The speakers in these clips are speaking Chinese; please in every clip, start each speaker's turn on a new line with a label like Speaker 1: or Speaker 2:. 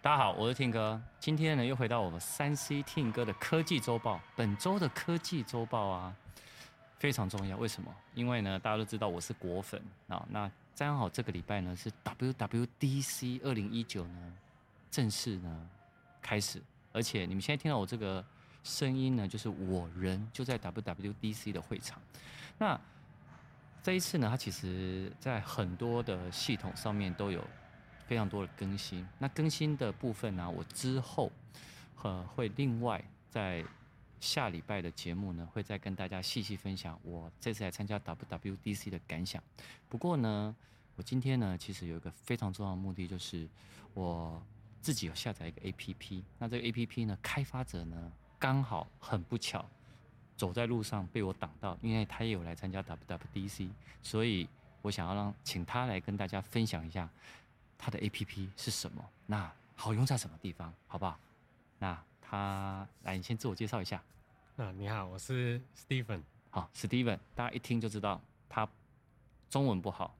Speaker 1: 大家好，我是听哥，今天呢又回到我们三 C 听哥的科技周报。本周的科技周报啊，非常重要。为什么？因为呢，大家都知道我是果粉啊。那正好这个礼拜呢是 WWDC 二零一九呢正式呢开始，而且你们现在听到我这个声音呢，就是我人就在 WWDC 的会场。那这一次呢，它其实在很多的系统上面都有非常多的更新。那更新的部分呢、啊我之后呃会另外在下礼拜的节目呢，会再跟大家细细分享我这次来参加 WWDC 的感想。不过呢，我今天呢，其实有一个非常重要的目的，就是我自己有下载一个 APP。那这个 APP 呢，开发者呢刚好很不巧，走在路上被我挡到，因为他也有来参加 WWDC，所以我想要让请他来跟大家分享一下他的 APP 是什么，那好用在什么地方，好不好？那他来，你先自我介绍一下。
Speaker 2: 啊，你好，我是 Stephen。
Speaker 1: 好，Steven，大家一听就知道他中文不好。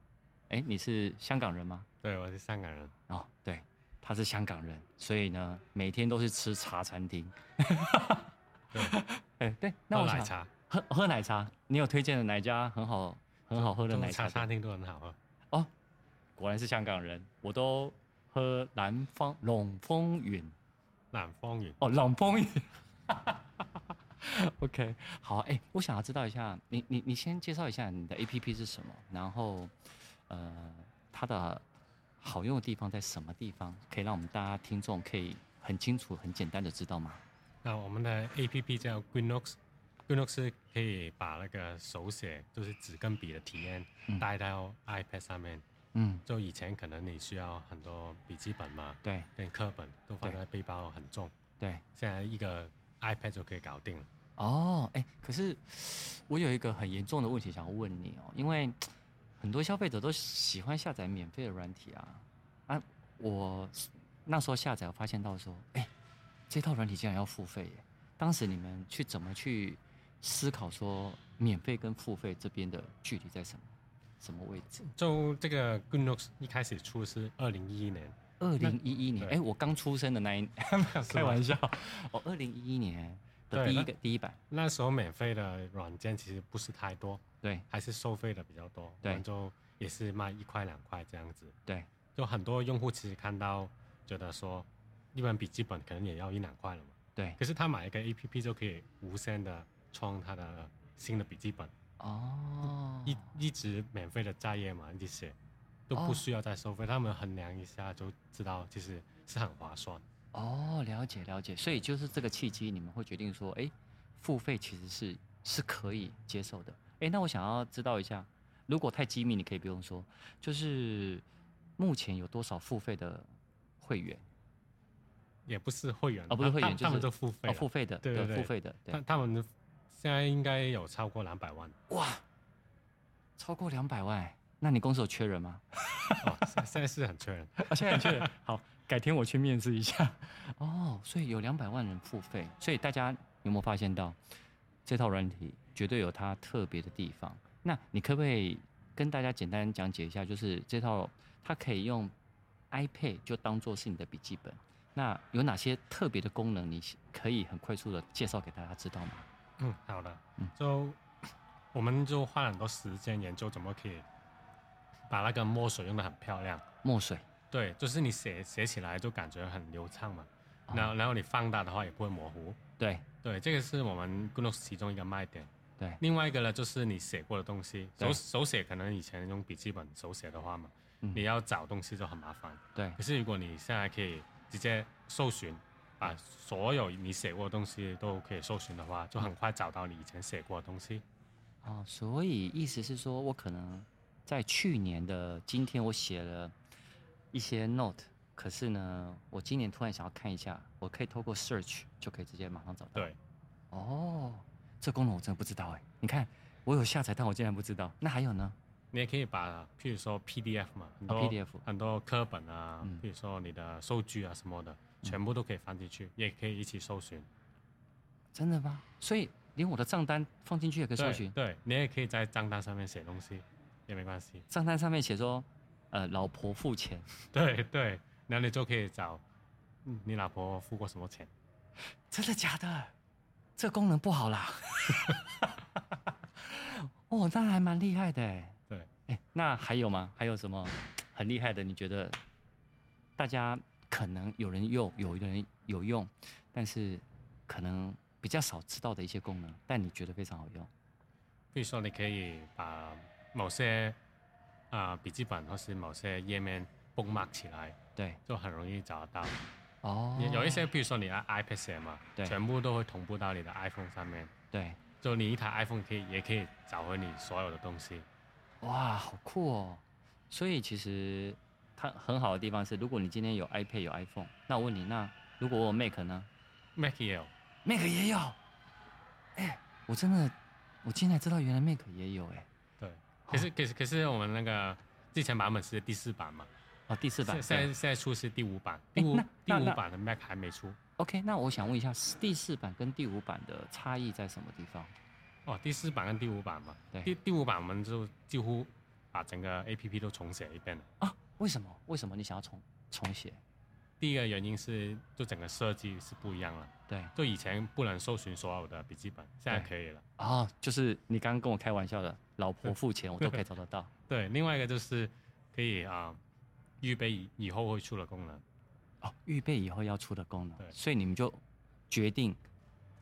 Speaker 1: 哎，你是香港人吗？
Speaker 2: 对，我是香港人。
Speaker 1: 哦，对，他是香港人，所以呢，每天都是吃茶餐厅。
Speaker 2: 对，
Speaker 1: 哎，对，那我
Speaker 2: 喝奶
Speaker 1: 想
Speaker 2: 茶，
Speaker 1: 喝喝奶茶，你有推荐的哪一家很好很好喝的
Speaker 2: 中国
Speaker 1: 奶茶
Speaker 2: 茶
Speaker 1: 店？
Speaker 2: 餐厅都很好喝。
Speaker 1: 哦，果然是香港人，我都喝南方龙风云
Speaker 2: 南方园
Speaker 1: 哦，冷风云。OK，好，哎、我想要知道一下，你你你先介绍一下你的 APP 是什么，然后呃，它的好用的地方在什么地方，可以让我们大家听众可以很清楚、很简单的知道吗？
Speaker 2: 那我们的 A P P 叫 Greenox，Greenox 是可以把那个手写，就是纸跟笔的体验
Speaker 1: 嗯
Speaker 2: 带到 iPad 上面。
Speaker 1: 嗯，
Speaker 2: 就以前可能你需要很多笔记本嘛，
Speaker 1: 对
Speaker 2: 跟课本都放
Speaker 1: 对
Speaker 2: 在背包很重，
Speaker 1: 对，
Speaker 2: 现在一个 iPad 就可以搞定了。
Speaker 1: 哦，哎、可是我有一个很严重的问题想要问你哦，因为很多消费者都喜欢下载免费的软体啊，啊，我那时候下载，我发现到说，哎、这套软体竟然要付费耶！当时你们去怎么去思考说免费跟付费这边的距离在什么什么位置？
Speaker 2: 就这个 Greenox 一开始出是二零一一年，
Speaker 1: 二零一一年，哎、
Speaker 2: 对
Speaker 1: 我刚出生的那一， 没有 开玩笑，哦，二零一一年的
Speaker 2: 对
Speaker 1: 第一
Speaker 2: 那
Speaker 1: 个第一版，
Speaker 2: 那时候免费的软件其实不是太多，
Speaker 1: 对
Speaker 2: 还是收费的比较多，
Speaker 1: 对
Speaker 2: 我们就也是卖一块两块这样子。
Speaker 1: 对，
Speaker 2: 就很多用户其实看到觉得说，一本笔记本可能也要一两块了嘛，
Speaker 1: 对，
Speaker 2: 可是他买一个 A P P 就可以无限的创他的新的笔记本，
Speaker 1: 哦，
Speaker 2: 一一直免费的在页嘛，一直写，都不
Speaker 1: 哦
Speaker 2: 需要再收费。他们衡量一下就知道，其实是很划算。
Speaker 1: 哦，了解了解，所以就是这个契机，你们会决定说，哎，付费其实是是可以接受的。哎，那我想要知道一下，如果太机密，你可以不用说，就是目前有多少付费的会员？
Speaker 2: 也不是会员啊
Speaker 1: 哦，不是会员，
Speaker 2: 他
Speaker 1: 就是
Speaker 2: 他们都付费
Speaker 1: 哦，
Speaker 2: 了，
Speaker 1: 付费的，
Speaker 2: 对对对
Speaker 1: 付费的，对
Speaker 2: 他，他们现在应该有超过两百万
Speaker 1: 哇，超过两百万欸，那你公司有缺人吗？
Speaker 2: 哦，现现在是很缺人。
Speaker 1: 啊，现在很缺人，好，改天我去面试一下。哦，所以有两百万人付费，所以大家有没有发现到这套软体绝对有它特别的地方？那你可不可以跟大家简单讲解一下，就是这套它可以用 iPad 就当做是你的笔记本，那有哪些特别的功能？你可以很快速的介绍给大家知道吗？
Speaker 2: 嗯，好的
Speaker 1: 嗯，
Speaker 2: 就 我们就花了很多时间研究怎么可以把那个墨水用的很漂亮。
Speaker 1: 墨水，
Speaker 2: 对，就是你写写起来就感觉很流畅嘛，
Speaker 1: 哦
Speaker 2: 然后然后你放大的话也不会模糊。
Speaker 1: 对
Speaker 2: 对，这个是我们 g n o s 其中一个卖点。
Speaker 1: 对
Speaker 2: 另外一个呢，就是你写过的东西，
Speaker 1: 对
Speaker 2: 手手写可能以前用笔记本手写的话嘛，
Speaker 1: 嗯
Speaker 2: 你要找东西就很麻烦。
Speaker 1: 对
Speaker 2: 可是如果你现在可以直接搜寻，把所有你写过的东西都可以搜寻的话，就很快找到你以前写过的东西。
Speaker 1: 哦，所以意思是说我可能在去年的今天我写了一些 note，可是呢，我今年突然想要看一下，我可以透过 search 就可以直接马上找到。
Speaker 2: 对，
Speaker 1: 哦，这功能我真的不知道哎，你看我有下载，但我竟然不知道。那还有呢？
Speaker 2: 你也可以把，譬如说 PDF 嘛，很多、
Speaker 1: PDF
Speaker 2: 很多课本啊，
Speaker 1: 嗯
Speaker 2: 譬如说你的收据啊什么的，全部都可以放进去，也可以一起搜寻。
Speaker 1: 真的吗？所以连我的账单放进去也可以搜
Speaker 2: 对
Speaker 1: 寻，
Speaker 2: 对，你也可以在账单上面写东西，也没关系。
Speaker 1: 账单上面写说，呃，老婆付钱。
Speaker 2: 对对，然后你就可以找嗯你老婆付过什么钱？
Speaker 1: 真的假的？这功能不好啦。 哦，那还蛮厉害的哎。
Speaker 2: 对，
Speaker 1: 哎，那还有吗？还有什么很厉害的？你觉得大家可能有人用，有的人有用，但是可能比较少知道的一些功能，但你觉得非常好用。
Speaker 2: 比如说你可以把某些啊、笔记本或是某些页面 bookmark 起来，
Speaker 1: 对，
Speaker 2: 就很容易找得到。
Speaker 1: 哦，
Speaker 2: 有一些，比如说你的 iPad 写嘛，
Speaker 1: 对
Speaker 2: 全部都会同步到你的 iPhone 上面，
Speaker 1: 对，
Speaker 2: 就你一台 iPhone 可以也可以找回你所有的东西。
Speaker 1: 哇，好酷哦！所以其实它很好的地方是，如果你今天有 iPad 有 iPhone，那我问你，那如果我有 Mac 呢
Speaker 2: Mac 也有，
Speaker 1: ？Mac 也有。哎、哎我真的，我现在知道原来 Mac 也有哎、
Speaker 2: 对，可是可是可是我们那个之前版本是第四版嘛，
Speaker 1: 哦，第四版。
Speaker 2: 现现在
Speaker 1: 对
Speaker 2: 现在出是第五版，
Speaker 1: 诶
Speaker 2: 第五、
Speaker 1: 那
Speaker 2: 第
Speaker 1: 那
Speaker 2: 五
Speaker 1: 那
Speaker 2: 版的 Mac 还没出
Speaker 1: OK，那我想问一下，第四版跟第五版的差异在什么地方？
Speaker 2: 哦，第四版跟第五版嘛，
Speaker 1: 对
Speaker 2: 第第五版我们就几乎把整个 A P P 都重写一遍了。
Speaker 1: 啊，为什么？为什么你想要重重写？
Speaker 2: 第一个原因是就整个设计是不一样了，
Speaker 1: 对，
Speaker 2: 就以前不能搜寻所有的笔记本，现在
Speaker 1: 对
Speaker 2: 可以了。
Speaker 1: 哦，就是你刚刚跟我开玩笑的，老婆付钱我都可以找得到。
Speaker 2: 对，另外一个就是可以啊、预备以以后会出的功能。
Speaker 1: 哦，预备以后要出的功
Speaker 2: 对
Speaker 1: 能，所以你们就决定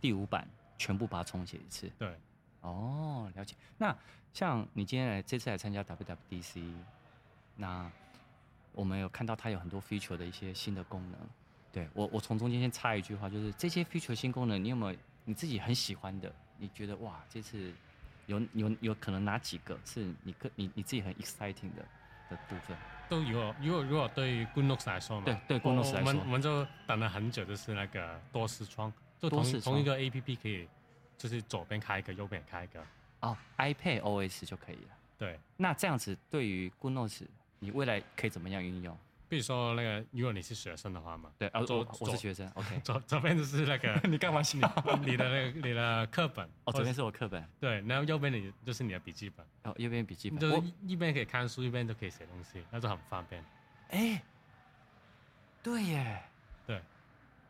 Speaker 1: 第五版全部把它重写一次。
Speaker 2: 对，
Speaker 1: 哦，了解。那像你今天来这次来参加 WWDC，那我们有看到它有很多 feature 的一些新的功能。对我，我从中间先插一句话，就是这些 feature 新功能，你有没有你自己很喜欢的？你觉得哇，这次有有有可能哪几个是你个你你自己很 exciting 的的部分？
Speaker 2: 都如果如果如果对于 Good Looks 来说嘛，
Speaker 1: 对对，Good
Speaker 2: 我
Speaker 1: Looks 来
Speaker 2: 我们
Speaker 1: 说
Speaker 2: 我们就等了很久，就是那个多视窗，就
Speaker 1: 多
Speaker 2: 同
Speaker 1: 视
Speaker 2: 同一
Speaker 1: 窗
Speaker 2: 个 A P P 可以，就是左边开一个，右边开一个。
Speaker 1: 哦，iPad OS 就可以了。
Speaker 2: 对，
Speaker 1: 那这样子对于 Good Notes，你未来可以怎么样运用？
Speaker 2: 比如说那个，如果你是学生的话嘛，
Speaker 1: 对，啊，
Speaker 2: 左
Speaker 1: 我我
Speaker 2: 左
Speaker 1: 是学生，OK。
Speaker 2: 左左边就是那个
Speaker 1: 你干嘛 笑？
Speaker 2: 你的那个你的课本，
Speaker 1: 哦，左
Speaker 2: 或
Speaker 1: 边
Speaker 2: 者
Speaker 1: 是我课本，
Speaker 2: 对，然后右边你就是你的笔记本，
Speaker 1: 然后哦右边笔记
Speaker 2: 你
Speaker 1: 本。
Speaker 2: 就
Speaker 1: 我
Speaker 2: 是一一边可以看书，一边就可以写东西，那就很方便。
Speaker 1: 哎、对耶，
Speaker 2: 对，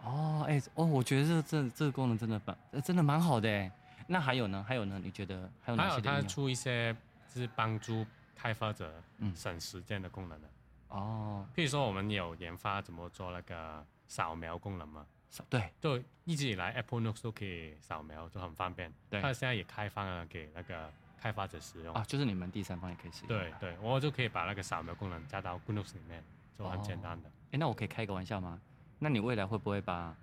Speaker 1: 哦，哎、哦，我觉得这这这个功能真的蛮，呃真的蛮好的哎。那还有呢？还有呢？你觉得还有
Speaker 2: 还
Speaker 1: 哪
Speaker 2: 有
Speaker 1: 些的
Speaker 2: 它
Speaker 1: 应用？
Speaker 2: 出一些就是帮助开发者
Speaker 1: 嗯
Speaker 2: 省时间的功能的，
Speaker 1: 哦，
Speaker 2: 譬如说我们有研发怎么做那个扫描功能嘛，
Speaker 1: 扫对
Speaker 2: 就一直以来 Apple Notes 都可以扫描，就很方便。
Speaker 1: 对
Speaker 2: 它现在也开放了给那个开发者使用。
Speaker 1: 啊，就是你们第三方也可以使用。
Speaker 2: 对对，我就可以把那个扫描功能加到 Good Notes 里面，就很简单的。
Speaker 1: 哎、那我可以开个玩笑吗？那你未来会不会把，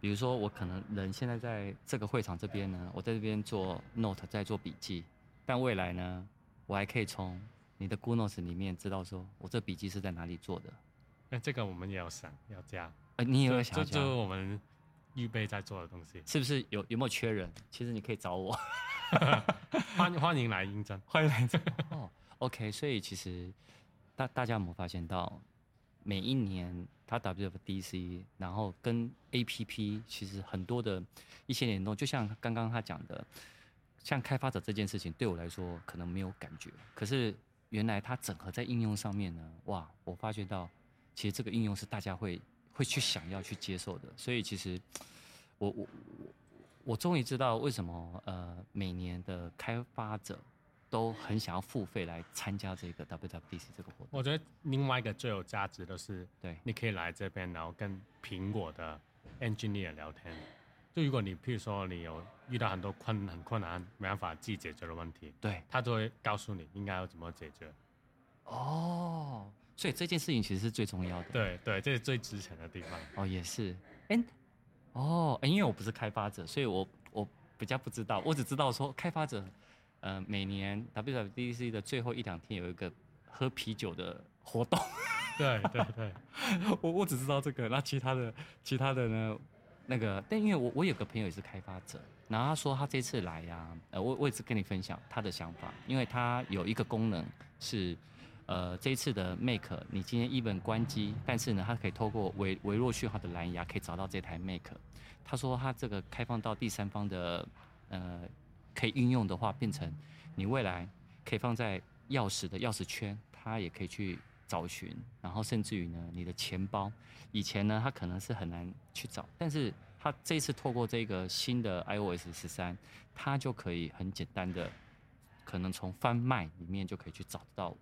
Speaker 1: 比如说我可能人现在在这个会场这边呢，我在这边做 note，在做笔记，但未来呢，我还可以从你的 Google Notes 里面知道说我这笔记是在哪里做的。
Speaker 2: 那这个我们也有想要加，
Speaker 1: 呃，你有没有
Speaker 2: 这
Speaker 1: 想要
Speaker 2: 这
Speaker 1: 加，
Speaker 2: 就？是我们预备在做的东西
Speaker 1: 是不是有有没有缺人？其实你可以找我。
Speaker 2: 欢欢迎来应征。
Speaker 1: 欢迎来自哦，OK，所以其实大大家有没有发现到，每一年它 WWDC，然后跟 APP 其实很多的一些联动，就像刚刚他讲的，像开发者这件事情对我来说可能没有感觉，可是原来它整合在应用上面呢，哇，我发觉到其实这个应用是大家会会去想要去接受的，所以其实我我我我终于知道为什么呃每年的开发者都很想要付费来参加这个 WWDC 这个活动。
Speaker 2: 我觉得另外一个最有价值的是，
Speaker 1: 对，
Speaker 2: 你可以来这边，然后跟苹果的 engineer 聊天。就如果你譬如说你有遇到很多困很困难、没办法自己解决的问题，
Speaker 1: 对，
Speaker 2: 他都会告诉你应该要怎么解决。
Speaker 1: 哦，所以这件事情其实是最重要的。
Speaker 2: 对对，这是最值钱的地方。
Speaker 1: 哦，也是，哎、哦、诶因为我不是开发者，所以我我比较不知道，我只知道说开发者，呃，每年 WWDC 的最后一两天有一个喝啤酒的活动，
Speaker 2: 对对对，
Speaker 1: 我我只知道这个，那其他的其他的呢，那个，但因为我我有个朋友也是开发者，然后他说他这次来呀、呃，我我也是跟你分享他的想法，因为他有一个功能是，呃，这一次的 Make，你今天 even 关机，但是呢，他可以透过微微弱讯号的蓝牙可以找到这台 Make。他说他这个开放到第三方的，呃，可以运用的话，变成你未来可以放在钥匙的钥匙圈，它也可以去找寻，然后甚至于呢，你的钱包，以前呢它可能是很难去找，但是它这次透过这个新的 iOS 十三，它就可以很简单的，可能从贩卖里面就可以去找到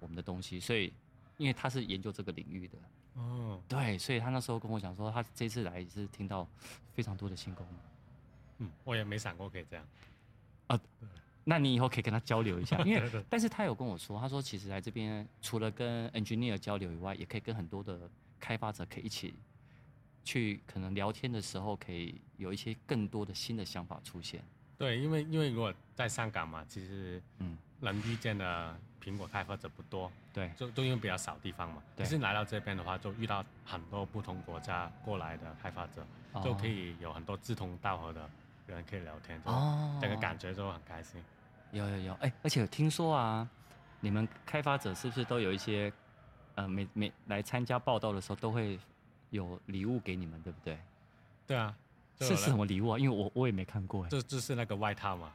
Speaker 1: 我们的东西，所以因为它是研究这个领域的，
Speaker 2: 哦，
Speaker 1: 对，所以他那时候跟我讲说，他这次来是听到非常多的新功能。
Speaker 2: 嗯，我也没想过可以这样。
Speaker 1: 那你以后可以跟他交流一 下，因为
Speaker 2: 对对
Speaker 1: 但是他有跟我说，他说其实来这边除了跟 engineer 交流以外，也可以跟很多的开发者可以一起去，可能聊天的时候可以有一些更多的新的想法出现。
Speaker 2: 对，因为因为如果在香港嘛，其实
Speaker 1: 嗯，
Speaker 2: 能遇见的苹果开发者不多，
Speaker 1: 对
Speaker 2: 就就因为比较少地方嘛。
Speaker 1: 对
Speaker 2: 可是来到这边的话，就遇到很多不同国家过来的开发者，
Speaker 1: 哦
Speaker 2: 就可以有很多志同道合的人可以聊天，就
Speaker 1: 哦，
Speaker 2: 整个感觉就很开心。
Speaker 1: 有有有，哎、而且有听说啊，你们开发者是不是都有一些呃，每每来参加报道的时候都会有礼物给你们，对不对？
Speaker 2: 对啊，就是有
Speaker 1: 是
Speaker 2: 了
Speaker 1: 什么礼物啊？因为我我也没看过哎、
Speaker 2: 就就是那个外套嘛，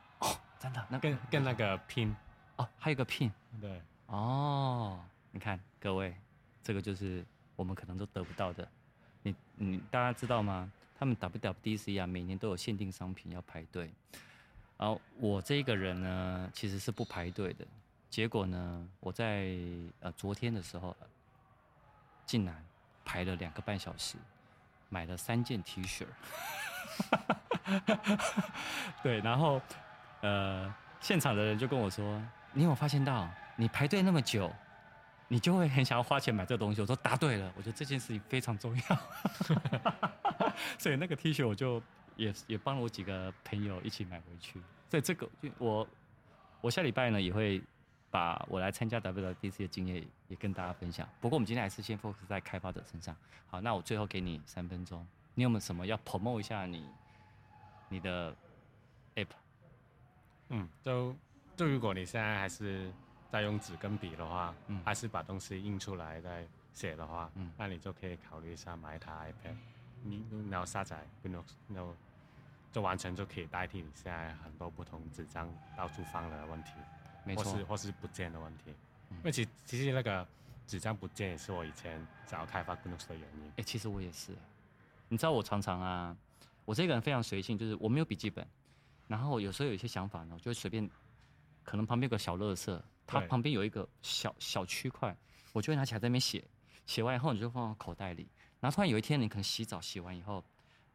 Speaker 1: 真的那
Speaker 2: 跟跟那个拼，
Speaker 1: 哦，还有一个 pin
Speaker 2: 对，
Speaker 1: 哦，你看各位，这个就是我们可能都得不到的。你你大家知道吗？他们 WWDC 啊，每年都有限定商品要排队。然后我这个人呢，其实是不排队的。结果呢，我在呃昨天的时候，竟然排了两个半小时，买了三件 T 恤。对，然后呃，现场的人就跟我说：“你有发现到，你排队那么久，你就会很想要花钱买这个东西。”我说：“答对了，我觉得这件事情非常重要。” 所以那个 T 恤我就也也帮了我几个朋友一起买回去。所以这个我我下礼拜呢也会把我来参加 WWDC 的经验也跟大家分享。不过我们今天还是先 focus 在开发者身上。好，那我最后给你三分钟，你有没有什么要 promote 一下你你的 app？
Speaker 2: 嗯，就就如果你现在还是在用纸跟笔的话，
Speaker 1: 嗯
Speaker 2: 还是把东西印出来再写的话，
Speaker 1: 嗯
Speaker 2: 那你就可以考虑一下买一台 iPad，你然后下载 Windows，然后就完全就可以代替你现在很多不同纸张到处放的问题，
Speaker 1: 没
Speaker 2: 或
Speaker 1: 错
Speaker 2: 是，或是不见的问题。
Speaker 1: 嗯
Speaker 2: 因为其其实那个纸张不见也是我以前想要开发 Windows 的原因
Speaker 1: 哎、。其实我也是欸，你知道我常常啊，我这个人非常随性，就是我没有笔记本，然后有时候有一些想法呢，我就会随便，可能旁边有个小乐色，它
Speaker 2: 对
Speaker 1: 旁边有一个小小区块，我就会拿起来在那边写，写完以后你就放到口袋里，然后突然有一天你可能洗澡洗完以后，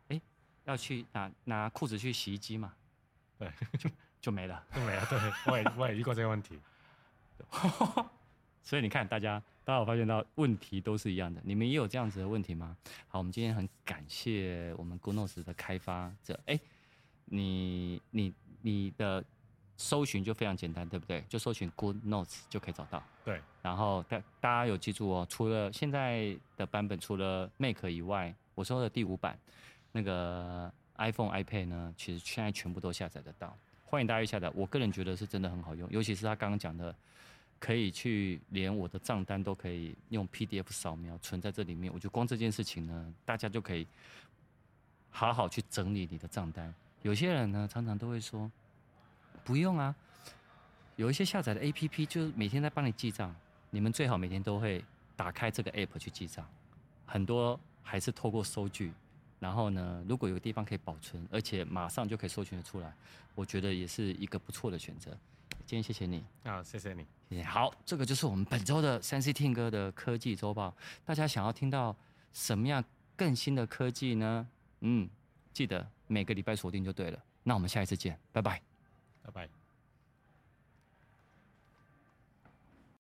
Speaker 1: 哎、要去拿拿裤子去洗衣机嘛，
Speaker 2: 对，
Speaker 1: 就没了。
Speaker 2: 对啊，对，我也我也遇过这个问题。
Speaker 1: 所以你看，大家大家有发现到问题都是一样的，你们也有这样子的问题吗？好，我们今天很感谢我们 g o n o s 的开发者。哎、你你你的搜寻就非常简单，对不对？就搜寻 Good Notes 就可以找到。
Speaker 2: 对，
Speaker 1: 然后大大家有记住哦，除了现在的版本，除了 Make 以外，我说的第五版那个 iPhone、iPad 呢，其实现在全部都下载得到，欢迎大家去下载。我个人觉得是真的很好用，尤其是他刚刚讲的，可以去连我的账单都可以用 PDF 扫描存在这里面。我觉得光这件事情呢，大家就可以好好去整理你的账单。有些人呢，常常都会说，不用啊，有一些下载的 APP 就是每天在帮你记账，你们最好每天都会打开这个 app 去记账。很多还是透过收据，然后呢，如果有个地方可以保存，而且马上就可以搜寻得出来，我觉得也是一个不错的选择。今天谢谢你。
Speaker 2: 啊，谢谢你。
Speaker 1: 谢谢好，这个就是我们本周的三 C 听歌的科技周报。大家想要听到什么样更新的科技呢？嗯，记得每个礼拜锁定就对了。那我们下一次见，拜拜。
Speaker 2: 拜拜。